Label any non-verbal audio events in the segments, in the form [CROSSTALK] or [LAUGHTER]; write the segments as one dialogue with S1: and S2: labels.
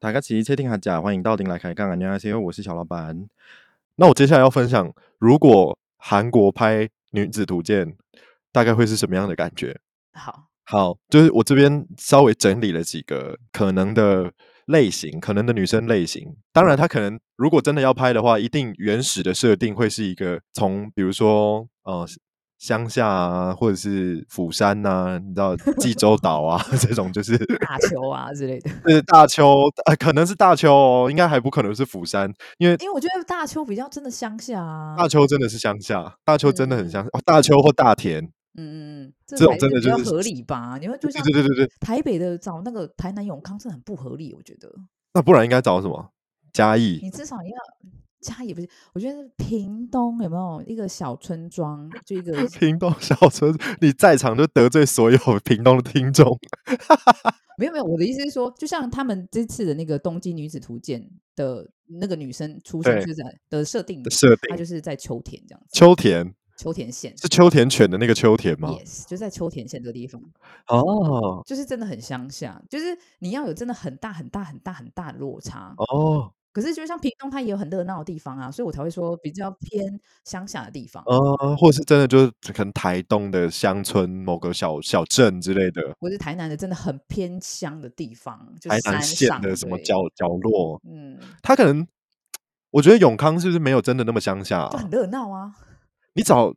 S1: 塔卡奇切听卡甲，欢迎到丁来开杠啊！你好，C O，我是小老板。
S2: 那我接下来要分享，如果韩国拍女子图鉴，大概会是什么样的感觉？
S3: 好，
S2: 好，就是我这边稍微整理了几个可能的类型，可能的女生类型。当然，她可能如果真的要拍的话，一定原始的设定会是一个从比如说呃乡下啊，或者是釜山呐、你知道济州岛啊 [LAUGHS] 这种，就是
S3: 打球啊之类
S2: [LAUGHS]
S3: 的。
S2: 是大邱，呃，可能是大邱哦，应该还不可能是釜山，因为
S3: 因为我觉得大邱比较真的乡下啊，
S2: 大邱真的是乡下，大邱真的很
S3: 嗯
S2: 乡下、哦，大邱或大田，
S3: 嗯嗯嗯，这
S2: 这种
S3: 才
S2: 真的
S3: 比较
S2: 就是
S3: 合理吧？你会就
S2: 对
S3: 像
S2: 对对对对，
S3: 台北的找那个台南永康是很不合理，我觉得
S2: 那不然应该找什么？嘉义
S3: 你至少要家也不是，我觉得屏东有没有一个小村庄，就一个
S2: 屏东小车，你在场就得罪所有屏东的听众。
S3: 没有没有，我的意思是说，就像他们这次的那个东京女子图鉴的那个女生出生
S2: 对
S3: 就是在的设定
S2: 的，设
S3: 她
S2: 定，
S3: 就是在秋田这样子，
S2: 秋田
S3: 秋田县
S2: 是秋田犬的那个秋田吗？
S3: ，yes，就在秋田县这个地方。
S2: 哦
S3: 就是真的很乡下，就是你要有真的很大很大很大很大的落差。
S2: 哦
S3: 可是就像屏东，它也有很热闹的地方啊，所以我才会说比较偏乡下的地方，
S2: 哦，或是真的就是可能台东的乡村某个小小镇之类的，
S3: 或是台南的真的很偏乡的地方，就
S2: 台
S3: 是山
S2: 南县
S3: 上
S2: 的什么
S3: 对
S2: 角角落，
S3: 嗯，
S2: 他可能。我觉得永康是不是没有真的那么乡下、
S3: 就很
S2: 啊？
S3: 热闹啊。
S2: 你找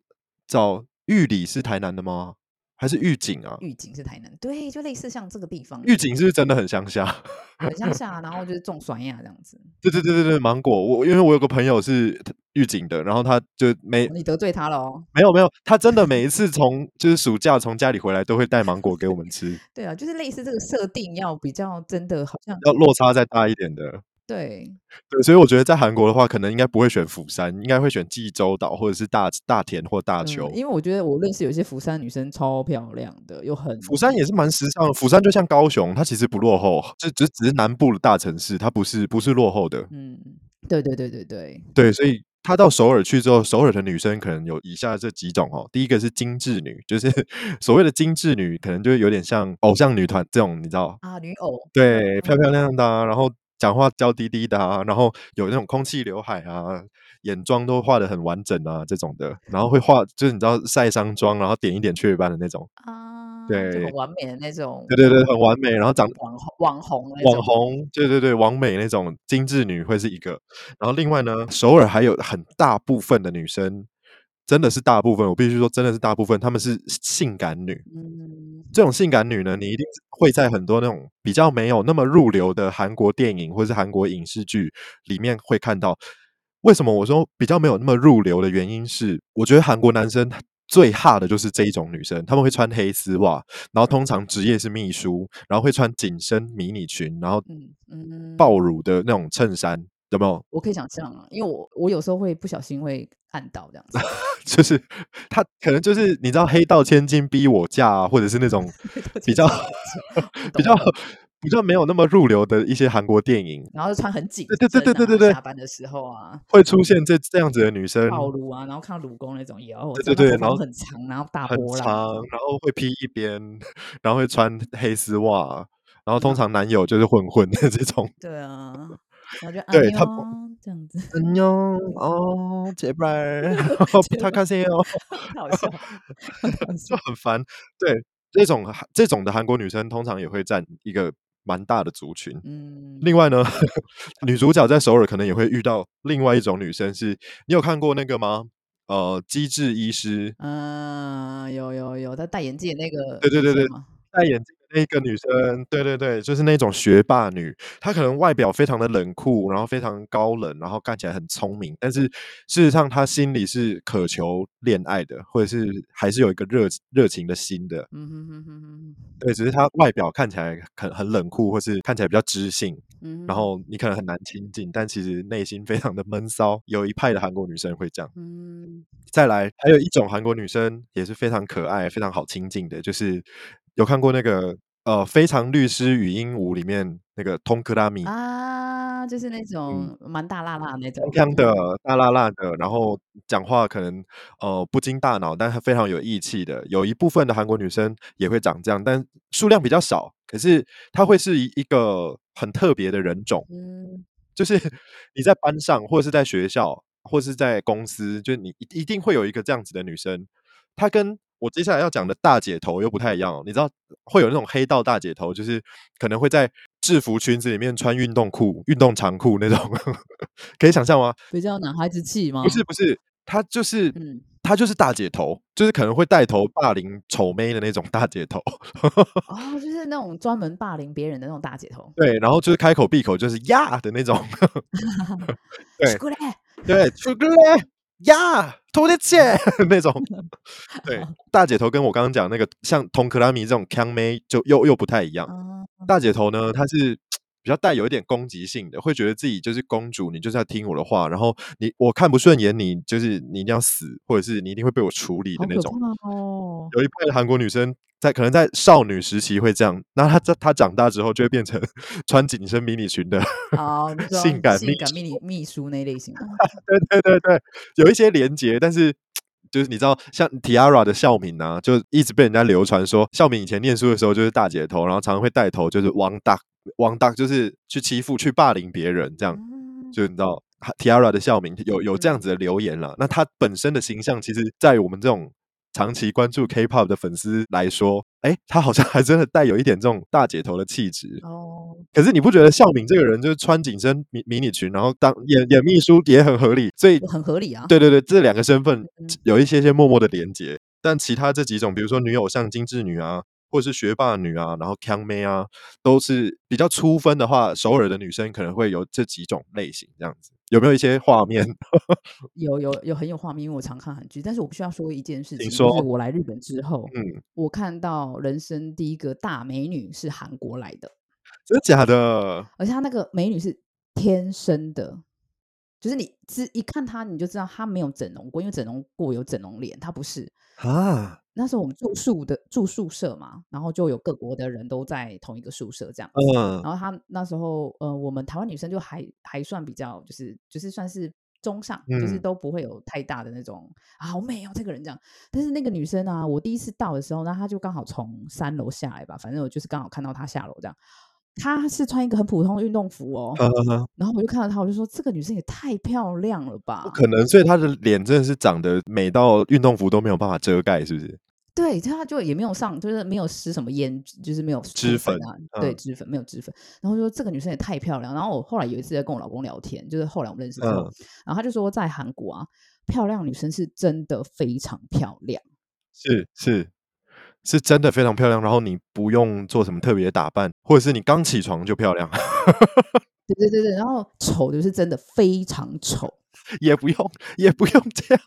S2: 找玉里是台南的吗？还是玉井啊？
S3: 预警是台南，对，就类似像这个地方，
S2: 玉井是不是真的很乡下？ [LAUGHS]
S3: 很乡下，然后就是种酸呀这样子。
S2: 对对对对对，芒果。我因为我有个朋友是预警的，然后他就每
S3: 你得罪他了哦。
S2: 没有没有，他真的每一次从就是暑假从家里回来都会带芒果给我们吃，
S3: 对啊，就是类似这个设定要比较真的好像
S2: 要落差再大一点的。
S3: 对，
S2: 对，所以我觉得在韩国的话，可能应该不会选釜山，应该会选济州岛或者是大大田或大
S3: 嗯
S2: 邱。
S3: 因为我觉得我认识有一些釜山女生超漂亮的，又很
S2: 釜山也是蛮时尚的，釜山就像高雄，它其实不落后，就只只是南部的大城市，它不是不是落后的。
S3: 嗯，对对对对对，
S2: 对，所以他到首尔去之后，首尔的女生可能有以下这几种哦。第一个是精致女，就是 [LAUGHS] 所谓的精致女，可能就有点像偶像女团这种，你知道？
S3: 啊，女偶，
S2: 对，漂漂亮亮的、啊，然后讲话娇滴滴的啊，然后有那种空气刘海啊，眼妆都画的很完整啊，这种的，然后会画就是你知道晒伤妆，然后点一点雀斑的那种。
S3: 啊，就
S2: 对
S3: 很完美的那种，
S2: 对对对，很完美，然后长得
S3: 网红网红那
S2: 网
S3: 种，
S2: 红，对对对，网美那种精致女会是一个。然后另外呢，首尔还有很大部分的女生，真的是大部分，我必须说，真的是大部分，她们是性感女。
S3: 嗯，
S2: 这种性感女呢，你一定会在很多那种比较没有那么入流的韩国电影或是韩国影视剧里面会看到。为什么我说比较没有那么入流的原因是，我觉得韩国男生最怕的就是这一种女生，他们会穿黑丝袜，然后通常职业是秘书，然后会穿紧身迷你裙，然后
S3: 嗯嗯，
S2: 爆乳的那种衬衫，有没有？ [LAUGHS]
S3: 我可以想象啊，因为我我有时候会不小心会按到这样子，
S2: 就是他可能就是你知道黑道千金逼我嫁、啊，或者是那种 [LAUGHS] 比
S3: [LAUGHS]
S2: 较比较比较没有那么入流的一些韩国电影
S3: 然后就穿很紧身啊，
S2: 对对对对对对
S3: 下班的时候啊，
S2: 会出现这这样子的女生，
S3: 暴露啊，然后看到乳沟那种，有，我
S2: 对
S3: 知
S2: 对对然
S3: 道她头发
S2: 后
S3: 很长，然后大
S2: 很
S3: 波
S2: 长，
S3: 浪，
S2: 然后会披一边，然后会穿黑丝袜，啊然后通
S3: 嗯
S2: 常男友就是混混的这种。
S3: 对啊，然后就
S2: 对
S3: 哎
S2: 她
S3: 呦这样子， [LAUGHS]
S2: 嗯哟，哦，姐妹 [LAUGHS] 儿，不太开心哦，
S3: 太
S2: [LAUGHS]
S3: 好笑了， [LAUGHS] 太好
S2: 就
S3: 笑了
S2: 很烦。对，这种韩这种的韩国女生通常也会占一个蛮大的族群。 [LAUGHS]
S3: 嗯，
S2: 另外呢，女主角在首尔可能也会遇到另外一种女生是，你有看过那个吗？呃，《机智医师》
S3: 嗯，有有有，他戴眼镜的那个，
S2: 对对对对，戴眼镜的那个女生，对对对，就是那种学霸女，她可能外表非常的冷酷，然后非常高冷，然后看起来很聪明，但是事实上她心里是渴求恋爱的，或者是还是有一个热热情的心的，
S3: 嗯哼哼哼哼哼
S2: 对，只是她外表看起来很很冷酷，或是看起来比较知性，
S3: 嗯，
S2: 然后你可能很难亲近，但其实内心非常的闷骚。有一派的韩国女生会这样。
S3: 嗯，
S2: 再来，还有一种韩国女生也是非常可爱、非常好亲近的，就是有看过那个呃《非常律师语音舞》里面那个通克拉米，
S3: 啊，就是那种蛮大辣辣的那种
S2: 锵，锵嗯的、大辣辣的，然后讲话可能呃不经大脑，但是非常有义气的。有一部分的韩国女生也会长这样，但数量比较少。可是她会是一一个很特别的人种，
S3: 嗯，
S2: 就是你在班上，或者是在学校，或是在公司，就你一一定会有一个这样子的女生。她跟我接下来要讲的大姐头又不太一样、哦，你知道会有那种黑道大姐头，就是可能会在制服裙子里面穿运动裤、运动长裤那种， [LAUGHS] 可以想象吗？
S3: 比较男孩子气吗？
S2: 不是，不是，她就是
S3: 嗯，
S2: 她就是大姐头，就是可能会带头霸凌丑妹的那种大姐头。 [LAUGHS]
S3: 哦，就是那种专门霸凌别人的那种大姐头，
S2: 对，然后就是开口闭口就是呀的那种。对
S3: 过来，
S2: 对，出个嘞呀，偷的姐
S3: 嗯
S2: 那
S3: [LAUGHS]
S2: 种。对，大姐头跟我刚刚讲那个像同克拉米这种腔妹就又又不太一样。
S3: 啊，
S2: 大姐头呢，她是比较带有一点攻击性的，会觉得自己就是公主，你就是要听我的话，然后你我看不顺眼你，就是你一定要死，或者是你一定会被我处理
S3: 好
S2: 的那
S3: 可
S2: 种。
S3: 怕哦，
S2: 有一派的韩国女生在可能在少女时期会这样，那她在她长大之后就会变成穿紧身迷你裙的
S3: 哦，你说
S2: 性感
S3: 性
S2: 秘
S3: 感秘秘书那
S2: [LAUGHS]
S3: 类型的，
S2: 对对对，有一些连结，但是就是你知道，像 Tiara 的校名啊，就一直被人家流传说，校名以前念书的时候就是大姐头，然后常常会带头就是汪大汪大，就是去欺负、去霸凌别人这样。
S3: 嗯
S2: 就你知道她 Tiara 的校名有有这样子的留言啦。那她本身的形象，其实，在我们这种长期关注 K-pop 的粉丝来说，哎，她好像还真的带有一点这种大姐头的气质。
S3: 哦，
S2: 可是你不觉得孝敏这个人就是穿紧身迷迷你裙，然后当演演秘书也很合理？所以
S3: 很合理啊，
S2: 对对对，这两个身份
S3: 嗯
S2: 有一些些默默的连接，但其他这几种，比如说女偶像精致女啊，或者是学霸女啊，然后腔妹啊，都是比较粗分的话，首尔的女生可能会有这几种类型，这样子有没有一些画面？ [LAUGHS]
S3: 有有有很有画面，因为我常看韩剧。但是我必须要说一件事
S2: 请
S3: 情，
S2: 说
S3: 就是我来日本之后，
S2: 嗯，
S3: 我看到人生第一个大美女是韩国来的，
S2: 真的假的？
S3: 而且她那个美女是天生的，就是你只一看她你就知道她没有整容过，因为整容过有整容脸，她不是。
S2: 啊，
S3: 那时候我们住宿的住宿舍嘛，然后就有各国的人都在同一个宿舍这样。
S2: 嗯
S3: 然后她那时候，呃，我们台湾女生就还还算比较，就是就是算是中上，就是
S2: 嗯
S3: 都不会有太大的那种啊，好美哦，这个人这样。但是那个女生啊，我第一次到的时候，那她就刚好从三楼下来吧，反正我就是刚好看到她下楼这样。她是穿一个很普通的运动服哦，
S2: 呵呵呵
S3: 然后我就看到她，我就说这个女生也太漂亮了吧
S2: 不！可能，所以她的脸真的是长得美到运动服都没有办法遮盖，是不是？
S3: 对，她就也没有上，就是没有施什么胭脂，就是没有
S2: 脂
S3: 涂
S2: 粉
S3: 啊，对，
S2: 嗯
S3: 脂粉没有脂粉。然后就说这个女生也太漂亮。然后我后来有一次在跟我老公聊天，就是后来我们认识之后，
S2: 嗯
S3: 然后他就说在韩国啊，漂亮女生是真的非常漂亮。
S2: 是是是真的非常漂亮，然后你不用做什么特别的打扮，或者是你刚起床就漂亮，
S3: 对对对对，然后丑的是真的非常丑，
S2: 也不用也不用这样。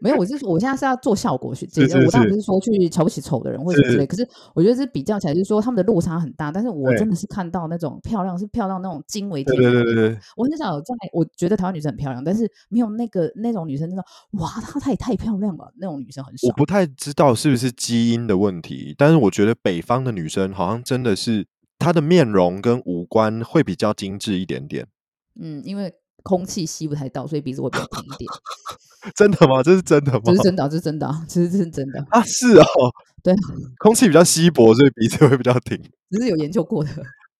S3: 没有，我是说我现在是要做效果去，
S2: 是是
S3: 我当
S2: 是
S3: 然不是说去瞧不起丑的人或者什么之
S2: 是
S3: 类，可是我觉得这比较起来，就是说他们的落差很大。但是我
S2: 对
S3: 真的是看到那种漂亮是漂亮那种惊为
S2: 对
S3: 天
S2: 对
S3: 人，
S2: 对对对，
S3: 我很少有在，我觉得台湾女生很漂亮，但是没有那个那种女生真的哇，她她也太漂亮了，那种女生很少
S2: 我。不太知道是不是基因的问题，但是我觉得北方的女生好像真的是她的面容跟五官会比较精致一点点。
S3: 嗯，因为空气吸不太到，所以鼻子会比较平一点。
S2: [LAUGHS] 真的吗？这是真的吗
S3: 这？是真的啊，这是真的啊，其实这是真
S2: [LAUGHS]
S3: 的，
S2: 啊，是哦，
S3: 对，
S2: 空气比较稀薄，所以鼻子会比较挺。
S3: 只是有研究过的，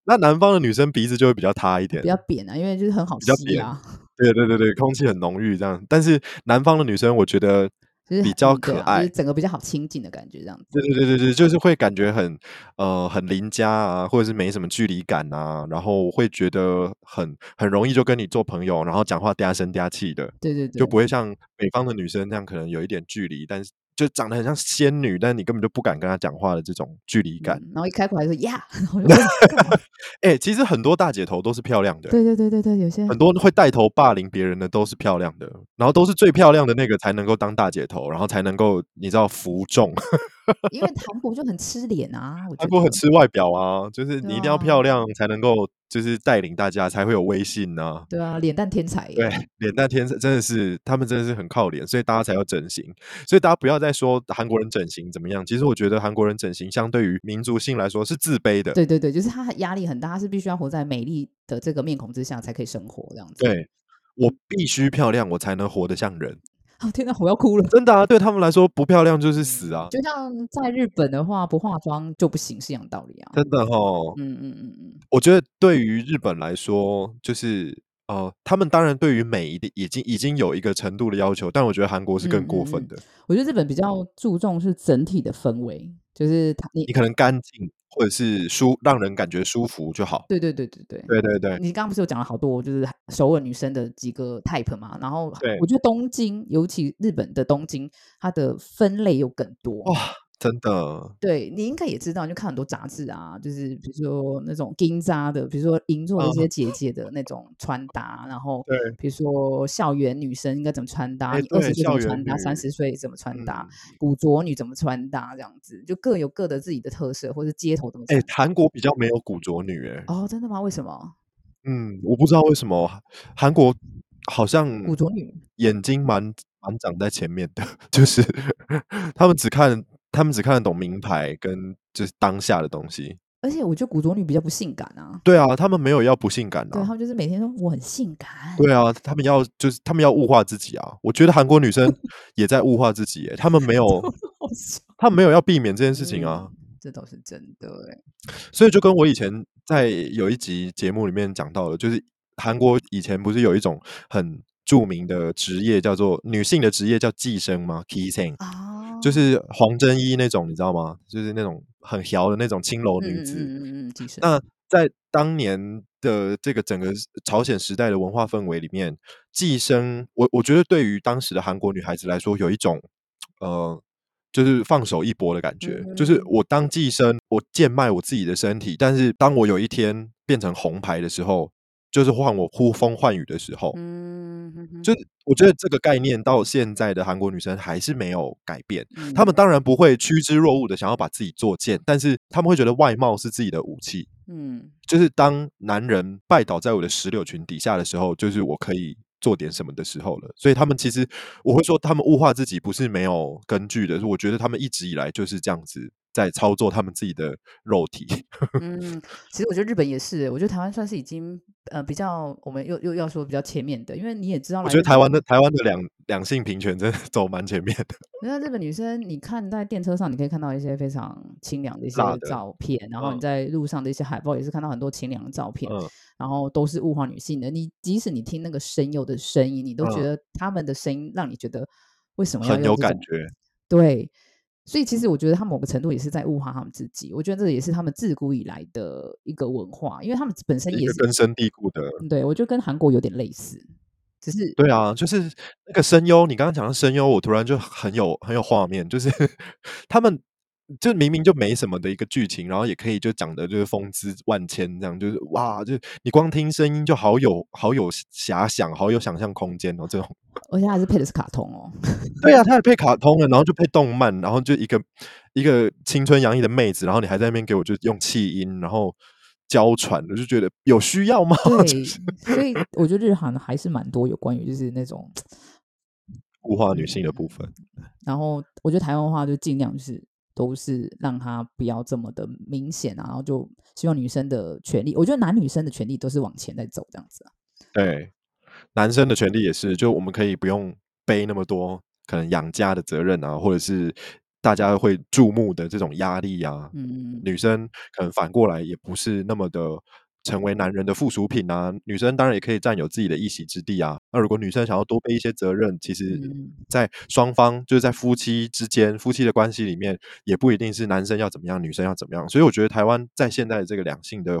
S2: 那南方的女生鼻子就会比较塌一点
S3: 比，较扁啊，因为就是很好
S2: 比较
S3: 吸
S2: 扁
S3: 啊，
S2: 对对对对，空气很浓郁这样。但是南方的女生，我觉得
S3: 就是
S2: 比
S3: 很
S2: 较
S3: 嗯对
S2: 可
S3: 啊，就
S2: 爱
S3: 是整个比较好亲近的感觉这样子。
S2: 对对对对对，就是会感觉很呃很邻家啊，或者是没什么距离感啊，然后会觉得很很容易就跟你做朋友，然后讲话嗲声嗲气的，
S3: 对对对，嗯
S2: 就不会像北方的女生那样可能有一点距离，但是就长得很像仙女，但你根本就不敢跟她讲话的这种距离感。
S3: 嗯然后一开口还说呀， [LAUGHS] 然后我就
S2: [LAUGHS]
S3: 干嘛
S2: 哎、其实很多大姐头都是漂亮的。
S3: 对对对对对，有些
S2: 很多会带头霸凌别人的都是漂亮的，然后都是最漂亮的那个才能够当大姐头，然后才能够你知道服众，
S3: 因为韩
S2: [LAUGHS]
S3: 国就很吃脸啊，我觉
S2: 韩国很
S3: 得
S2: 吃外表啊，就是你一定要
S3: 对啊
S2: 漂亮才能够，就是带领大家才会有威信呐、
S3: 对啊，脸蛋天才耶，
S2: 对，脸蛋天生真的是，他们真的是很靠脸，所以大家才要整形。所以大家不要再说韩国人整形怎么样，其实我觉得韩国人整形相对于民族性来说是自卑的。
S3: 对对对，就是他压力很大，他是必须要活在美丽的这个面孔之下才可以生活这样子。，
S2: 对我必须漂亮，我才能活得像人。
S3: 哦天哪，我要哭了。
S2: 真的啊，对他们来说不漂亮就是死啊，
S3: 就像在日本的话，不化妆就不行是一样道理啊。
S2: 真的哦。
S3: 嗯嗯嗯嗯，
S2: 我觉得对于日本来说，就是呃，他们当然对于美一定已经已经有一个程度的要求，但我觉得韩国是更
S3: 嗯
S2: 过
S3: 嗯
S2: 分
S3: 嗯
S2: 的。
S3: 我觉得日本比较注重是整体的氛围，就是他你
S2: 你可能干净或者是舒让人感觉舒服就好。
S3: 对对对对对。
S2: 对对对，
S3: 你刚刚不是有讲了好多，就是首尔女生的几个 type 嘛？然后
S2: 对
S3: 我觉得东京，尤其日本的东京，它的分类又更多。
S2: 哇、真的，
S3: 对你应该也知道，你就看很多杂志啊，就是比如说那种金扎的，比如说银座的一
S2: 嗯
S3: 些姐姐的那种穿搭，然后
S2: 对
S3: 比如说校园女生应该怎么穿搭，
S2: 哎
S3: 你二
S2: 对
S3: 十岁怎
S2: 校
S3: 么
S2: 园
S3: 穿搭，三十
S2: 女
S3: 岁怎么穿搭
S2: 嗯，
S3: 古着女怎么穿搭，这样子就各有各的自己的特色，或者街头怎么
S2: 哎、
S3: 穿搭。
S2: 韩国比较没有古着女、欸，
S3: 哦，真的吗？为什么
S2: 嗯，我不知道为什么韩国好像
S3: 古着女？
S2: 眼睛蛮蛮长在前面的， [LAUGHS] 就是他们只看他们只看得懂名牌跟就是当下的东西。
S3: 而且我觉得古着女比较不性感啊，
S2: 对啊，他们没有要不性感
S3: 对
S2: 啊，
S3: 他们就是每天说我很性感，
S2: 对啊，他们要就是他们要物化自己啊。我觉得韩国女
S3: [LAUGHS]
S2: 生也在物化自己、欸，他们没有
S3: 好笑，
S2: 他们没有要避免这件事情啊。
S3: 嗯，这倒是真的欸。
S2: 所以就跟我以前在有一集节目里面讲到的，就是韩国以前不是有一种很著名的职业叫做女性的职业叫寄生吗 k i s s i n g
S3: 啊，
S2: 就是黄真一那种，你知道吗？就是那种很 [LAUGHS] 摇的那种青楼
S3: 嗯
S2: 女
S3: 嗯
S2: 子。
S3: 嗯嗯嗯，其实
S2: 那在当年的这个整个朝鲜时代的文化氛围里面，寄生，我我觉得对于当时的韩国女孩子来说，有一种呃，就是放手一搏的感觉，就是
S3: 嗯
S2: 我当寄生，我贱卖我自己的身体，但是当我有一天变成红牌的时候，就是换我呼风唤雨的时候，
S3: 嗯哼哼，
S2: 就我觉得这个概念到现在的韩国女生还是没有改变。她
S3: 嗯
S2: 们当然不会趋之若鹜的想要把自己作贱，但是她们会觉得外貌是自己的武器，
S3: 嗯
S2: 就是当男人拜倒在我的石榴裙底下的时候，就是我可以做点什么的时候了。所以他们其实我会说，他们物化自己不是没有根据的，我觉得他们一直以来就是这样子在操作他们自己的肉体。
S3: 嗯，其实我觉得日本也是，我觉得台湾算是已经呃比较，我们又又要说比较前面的，因为你也知道，
S2: 我觉得台湾的，台湾的两两性平权真的 [LAUGHS] 走蛮前面的。
S3: 你看日本女生，你看在电车上，你可以看到一些非常清凉的一些
S2: 辣的
S3: 照片，然后
S2: 嗯
S3: 你在路上的一些海报也是看到很多清凉的照片，
S2: 嗯，
S3: 然后都是物化女性的。你即使你听那个声优的声音，你都觉
S2: 嗯
S3: 得他们的声音让你觉得为什么要
S2: 很
S3: 用
S2: 有
S3: 这
S2: 感
S3: 种
S2: 觉。
S3: 对，所以其实我觉得他某个程度也是在物化他们自己。我觉得这也是他们自古以来的一个文化，因为他们本身
S2: 一
S3: 也
S2: 个
S3: 是
S2: 根深蒂固的。
S3: 对我觉得跟韩国有点类似，只是
S2: 对啊，就是那个声优，你刚刚讲到声优，我突然就很有很有画面，就是 [LAUGHS] 他们就明明就没什么的一个剧情，然后也可以就讲的就是风姿万千，这样就是哇，就你光听声音就好有好有遐想，好有想象空间哦，这种。
S3: 而且还是配的是卡通哦。
S2: 对啊，他也配卡通了，然后就配动漫，然后就一个一个青春洋溢的妹子，然后你还在那边给我就用气音，然后娇喘，我就觉得有需要吗？
S3: 对，啊所以我觉得日韩还是蛮多有关于就是那种，
S2: [LAUGHS] 物化女性的部分。
S3: 然后我觉得台湾话就尽量就是。都是让他不要这么的明显啊，然后就希望女生的权利，我觉得男女生的权利都是往前在走这样子啊、
S2: 对，男生的权利也是，就我们可以不用背那么多可能养家的责任啊，或者是大家会注目的这种压力啊。
S3: 嗯，嗯嗯
S2: 女生可能反过来也不是那么的成为男人的附属品啊。女生当然也可以占有自己的一席之地啊。那如果女生想要多背一些责任，其实
S3: 嗯
S2: 在双方就是在夫妻之间、夫妻的关系里面，也不一定是男生要怎么样，女生要怎么样。所以我觉得台湾在现在的这个两性的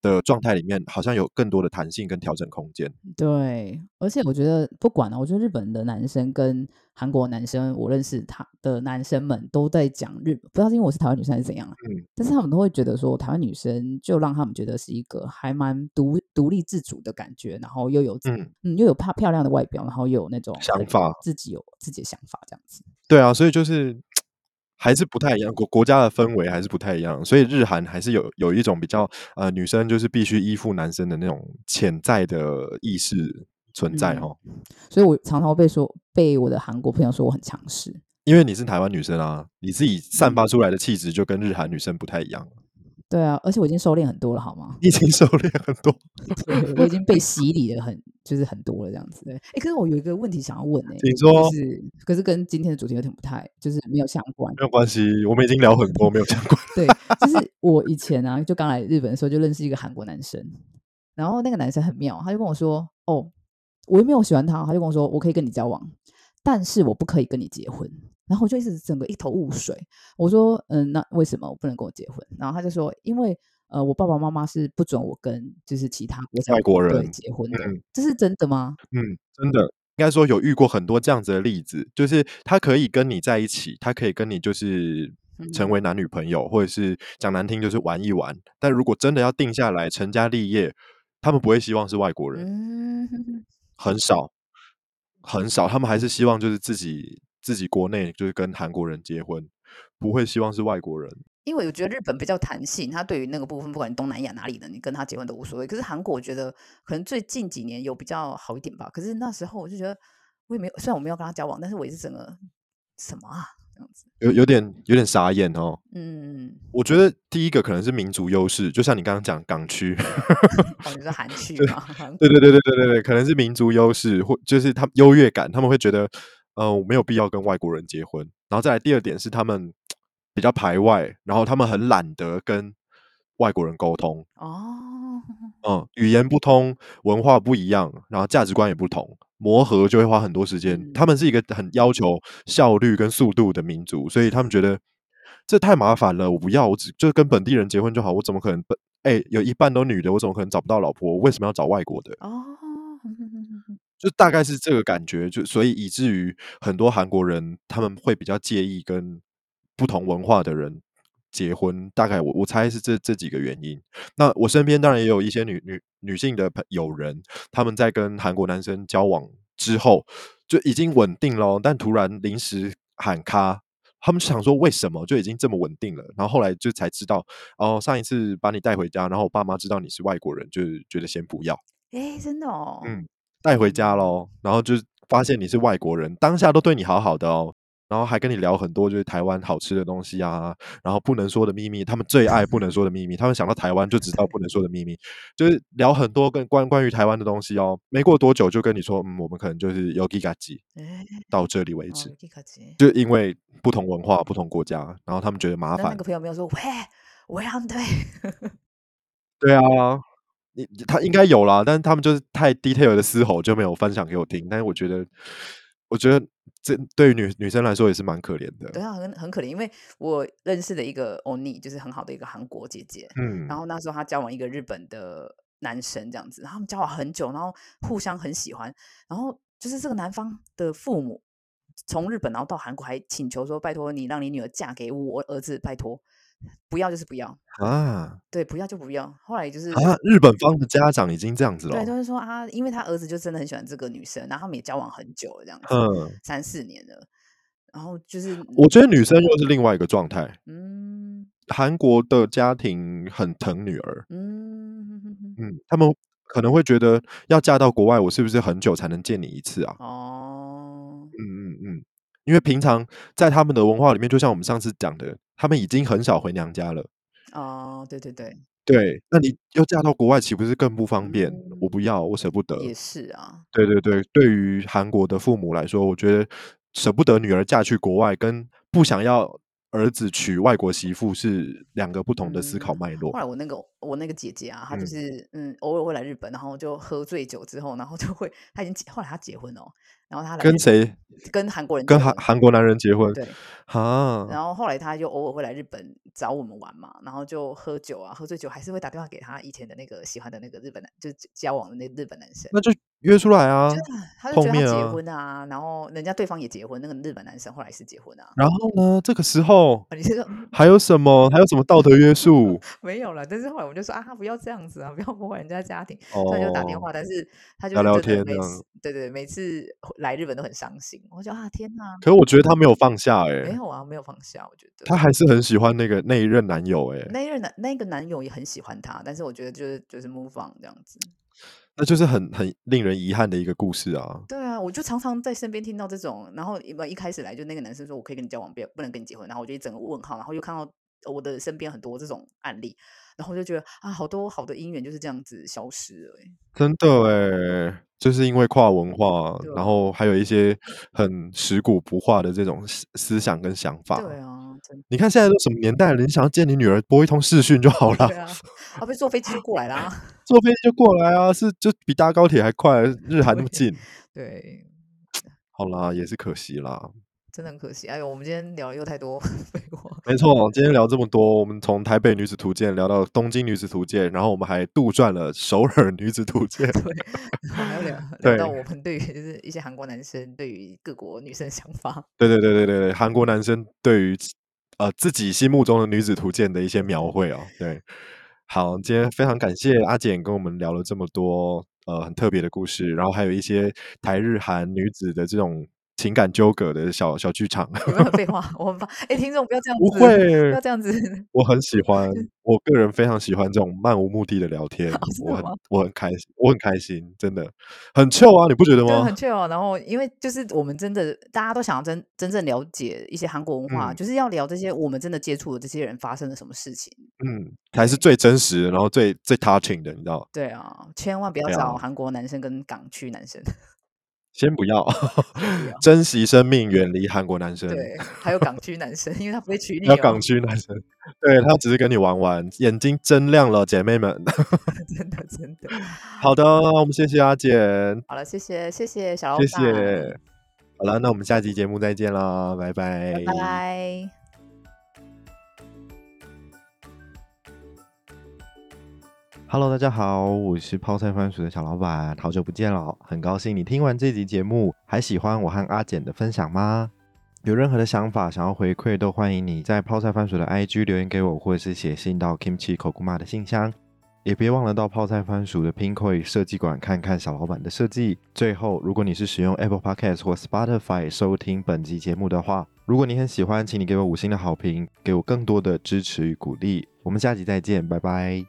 S2: 的状态里面，好像有更多的弹性跟调整空间。
S3: 对，而且我觉得不管了、我觉得日本的男生跟韩国男生，我认识他的男生们都在讲日，不知道是因为我是台湾女生还是怎样、啊，
S2: 嗯
S3: 但是他们都会觉得说，台湾女生就让他们觉得是一个还蛮独独立自主的感觉，然后又有自
S2: 嗯，
S3: 嗯又有漂漂亮的外表，然后又有那种
S2: 想
S3: 很
S2: 法
S3: 自己有自己的想法这样子。
S2: 对啊，所以就是还是不太一样，国国家的氛围还是不太一样，所以日韩还是有有一种比较呃，女生就是必须依附男生的那种潜在的意识存在
S3: 嗯
S2: 哦。
S3: 所以我常常被说被我的韩国朋友说我很强势。
S2: 因为你是台湾女生啊，你自己散发出来的气质就跟日韩女生不太一样，
S3: 对啊，而且我已经收敛很多了，好吗？
S2: [LAUGHS] 你已经收敛很多。
S3: 对，我已经被洗礼的很，就是很多了这样子。对，哎，可是我有一个问题想要问哎、
S2: 请说
S3: 就是可是跟今天的主题有点不太，就是没有相关。
S2: 没有关系，我们已经聊很多，没有相 [LAUGHS] 关。
S3: 对，就是我以前啊，就刚来日本的时候就认识一个韩国男生，然后那个男生很妙，他就跟我说：“哦，我又没有喜欢他，他就跟我说我可以跟你交往，但是我不可以跟你结婚。”然后我就一直整个一头雾水。我说：“嗯，那为什么我不能跟我结婚？”然后他就说：“因为呃，我爸爸妈妈是不准我跟就是其他国家
S2: 外国
S3: 对
S2: 人
S3: 结婚的，
S2: 嗯
S3: 这是真的吗？
S2: 嗯，真的。应该说有遇过很多这样子的例子，就是他可以跟你在一起，他可以跟你就是成
S3: 嗯
S2: 为男女朋友，或者是讲难听就是玩一玩。但如果真的要定下来成家立业，他们不会希望是外国人，
S3: 嗯，
S2: 很少，很少，他们还是希望就是自己自己国内就是跟韩国人结婚，不会希望是外国人。
S3: 因为我觉得日本比较弹性，他对于那个部分，不管你东南亚哪里的，你跟他结婚都无所谓。可是韩国，我觉得可能最近几年有比较好一点吧。可是那时候我就觉得，我也没有，虽然我没有跟他交往，但是我也是整个什么啊这样子。
S2: 有有点有点傻眼哦，
S3: 嗯，
S2: 我觉得第一个可能是民族优势，就像你刚刚讲港区，
S3: 哦，你
S2: [LAUGHS]
S3: 说韩剧
S2: 对
S3: 嘛，韩
S2: 对对对对对对对，可能是民族优势，或就是他们优越感，他们会觉得，呃，我没有必要跟外国人结婚。然后再来第二点是他们比较排外，然后他们很懒得跟外国人沟通，
S3: 哦，
S2: 嗯，语言不通，文化不一样，然后价值观也不同，磨合就会花很多时间。他们是一个很要求效率跟速度的民族，所以他们觉得这太麻烦了，我不要，我只就跟本地人结婚就好，我怎么可能本？哎，有一半都女的，我怎么可能找不到老婆？我为什么要找外国的？
S3: 哦，
S2: 就大概是这个感觉，就所以以至于很多韩国人他们会比较介意跟不同文化的人结婚，大概我我猜是这这几个原因。那我身边当然也有一些女女女性的朋友人，他们在跟韩国男生交往之后就已经稳定了，哦但突然临时喊卡。他们想说为什么就已经这么稳定了，然后后来就才知道，哦，上一次把你带回家，然后我爸妈知道你是外国人，就是觉得先不要，
S3: 哎，真的哦，
S2: 嗯带回家喽，然后就是发现你是外国人，当下都对你好好的哦，然后还跟你聊很多就是台湾好吃的东西啊，然后不能说的秘密，他们最爱不能说的秘密，他们想到台湾就知道不能说的秘密，就是聊很多跟关关于台湾的东西哦。没过多久就跟你说，嗯，我们可能就是有 g i g a
S3: 哎，
S2: 到这里为
S3: 哦
S2: 止，，
S3: 立刻结
S2: 就因为不同文化、不同国家，然后他们觉得麻
S3: 那那
S2: 烦
S3: 个，朋友没有说喂，我要对，
S2: 对啊。你他应该有啦，但是他们就是太 detail 的嘶吼就没有分享给我听。但是我觉得，我觉得这对于女女生来说也是蛮可怜
S3: 对
S2: 的。
S3: 啊，很很可怜，因为我认识的一个欧尼，就是很好的一个韩国姐姐，
S2: 嗯，
S3: 然后那时候她交往一个日本的男生，这样子，然后他们交往很久，然后互相很喜欢，然后就是这个男方的父母从日本然后到韩国还请求说，拜托你让你女儿嫁给我儿子，拜托，不要就是不要，
S2: 啊
S3: 对，不要就不要。后来就是
S2: 啊，日本方的家长已经这样子了
S3: 对，
S2: 哦。
S3: 他就说啊，因为他儿子就真的很喜欢这个女生，然后他们也交往很久了，这样子，
S2: 嗯，
S3: 三四年了，然后就是
S2: 我觉得女生又是另外一个状态。
S3: 嗯
S2: 韩国的家庭很疼女儿，
S3: 嗯，
S2: 嗯，他们可能会觉得要嫁到国外，我是不是很久才能见你一次啊？
S3: 哦，
S2: 嗯嗯嗯，因为平常在他们的文化里面，就像我们上次讲的，他们已经很少回娘家了。
S3: 哦，对对对，
S2: 对，那你又嫁到国外，岂不是更不方便？我不
S3: 嗯
S2: 要，我舍不得。
S3: 也是啊，
S2: 对对对，对于韩国的父母来说，我觉得舍不得女儿嫁去国外，跟不想要儿子娶外国媳妇是两个不同的思考
S3: 嗯
S2: 脉络
S3: 后。来我那个我那个姐姐啊，她就
S2: 嗯
S3: 是嗯，偶尔会来日本，然后就喝醉酒之后，然后就会她已经结后来她结婚哦，然后她来
S2: 跟
S3: 日
S2: 谁？
S3: 跟韩国人
S2: 跟
S3: 结
S2: 韩
S3: 婚
S2: 韩国男人结婚？
S3: 对，
S2: 啊，
S3: 然后后来她就偶尔会来日本找我们玩嘛，然后就喝酒啊，喝醉酒还是会打电话给她以前的那个喜欢的那个日本男，就是交往的那个日本男生，
S2: 那就约出来啊，
S3: 他就
S2: 碰
S3: 觉得他
S2: 面
S3: 结
S2: 啊
S3: 婚啊，然后人家对方也结婚，那个日本男生后来是结婚啊。 [LAUGHS]
S2: 然后呢，这个时候
S3: 啊你是说 [LAUGHS]
S2: 还有什么？还有什么道德约束？
S3: 没有了？但是后来我们就说啊，不要这样子啊，不要破坏人家家庭。
S2: 哦，
S3: 所以他就打电话，但是他就
S2: 聊聊
S3: 是真的
S2: 天
S3: 每
S2: 这样
S3: 次对对，每次来日本都很伤心。我就啊，天哪，
S2: 可是我觉得他没有放下哎、
S3: 没有啊，没有放下，我觉得
S2: 他还是很喜欢那个那一任男友哎、
S3: 那一任男那个男友也很喜欢她，但是我觉得就是就是 move on 这样子。
S2: 那就是很很令人遗憾的一个故事啊。
S3: 对啊，我就常常在身边听到这种，然后一一开始来就那个男生说我可以跟你交往，不要不能跟你结婚，然后我就一整个问号，然后又看到我的身边很多这种案例，然后我就觉得啊，好多好的姻缘就是这样子消失了、欸。
S2: 真的哎，就是因为跨文化，
S3: 对
S2: 然后还有一些很食古不化的这种思思想跟想法。
S3: 对啊，真
S2: 你看现在都什么年代了，你想要见你女儿，拨一通视讯就好
S3: 的对
S2: 了，
S3: 啊，啊，被坐飞机就过来
S2: [LAUGHS]
S3: 啦。
S2: 坐飞机就过来啊，是就比搭高铁还快，日韩那么
S3: 对
S2: 近。
S3: 对，
S2: 好啦，也是可惜啦。
S3: [LAUGHS] 真的很可惜。哎呦，我们今天聊了又太多 [LAUGHS] 废话。
S2: 没错，今天聊这么多，我们从台北女子图鉴聊到东京女子图鉴，然后我们还杜撰了首尔女子图鉴。
S3: 然后还
S2: [LAUGHS]
S3: 要聊聊到
S2: 对
S3: 我们对于就是一些韩国男生对于各国女生的想
S2: [LAUGHS]
S3: 法，
S2: 对对对对对对，韩国男生对于呃自己心目中的女子图鉴的一些描绘哦。对，好，今天非常感谢阿简跟我们聊了这么多呃很特别的故事，然后还有一些台日韩女子的这种情感纠葛的小小剧场。 [LAUGHS]
S3: 有没有很废话？我很怕。哎、听众不要这样子，
S2: 不会
S3: 不要这样子。
S2: 我很喜欢，我个人非常喜欢这种漫无目的的聊天，
S3: 哦真的
S2: 我很
S3: 吗
S2: 我很开心，我很开心，真的很 chill 啊，你不觉得
S3: 对，
S2: 吗
S3: 很？确哦。然后，因为就是我们真的大家都想要真真正了解一些韩国文化，
S2: 嗯
S3: 就是要聊这些我们真的接触的这些人发生了什么事情。
S2: 嗯，才是最真实，然后最最 touching 的，你知道？
S3: 对啊，千万不要
S2: 对
S3: 找
S2: 啊
S3: 韩国男生跟港区男生，
S2: 先不要，
S3: 要
S2: [LAUGHS] 珍惜生命，远离韩国男生。
S3: 对，还有港区男生，因为他不会
S2: [LAUGHS]
S3: 娶你、
S2: 要
S3: 哦。
S2: 港区男生，对他只是跟你玩玩，眼睛睁亮了，姐妹们。
S3: [LAUGHS]
S2: [LAUGHS]
S3: 真的真的。
S2: 好的，我们谢谢阿简，
S3: 好了，谢谢谢谢小老
S2: 谢
S3: 板，
S2: 谢。好了，那我们下期节目再见啦，拜拜，
S3: 拜拜。
S4: Hello，大家好，我是泡菜番薯的小老板，好久不见了，很高兴你听完这集节目，还喜欢我和阿简的分享吗？有任何的想法想要回馈，都欢迎你在泡菜番薯的 IG 留言给我，或者是写信到 Kimchi k o k u m a 的信箱。也别忘了到泡菜番薯的 Pinkoi 设计馆看看小老板的设计。最后，如果你是使用 Apple Podcast 或 Spotify 收听本集节目的话，如果你很喜欢，请你给我五星的好评，给我更多的支持与鼓励。我们下集再见，拜拜。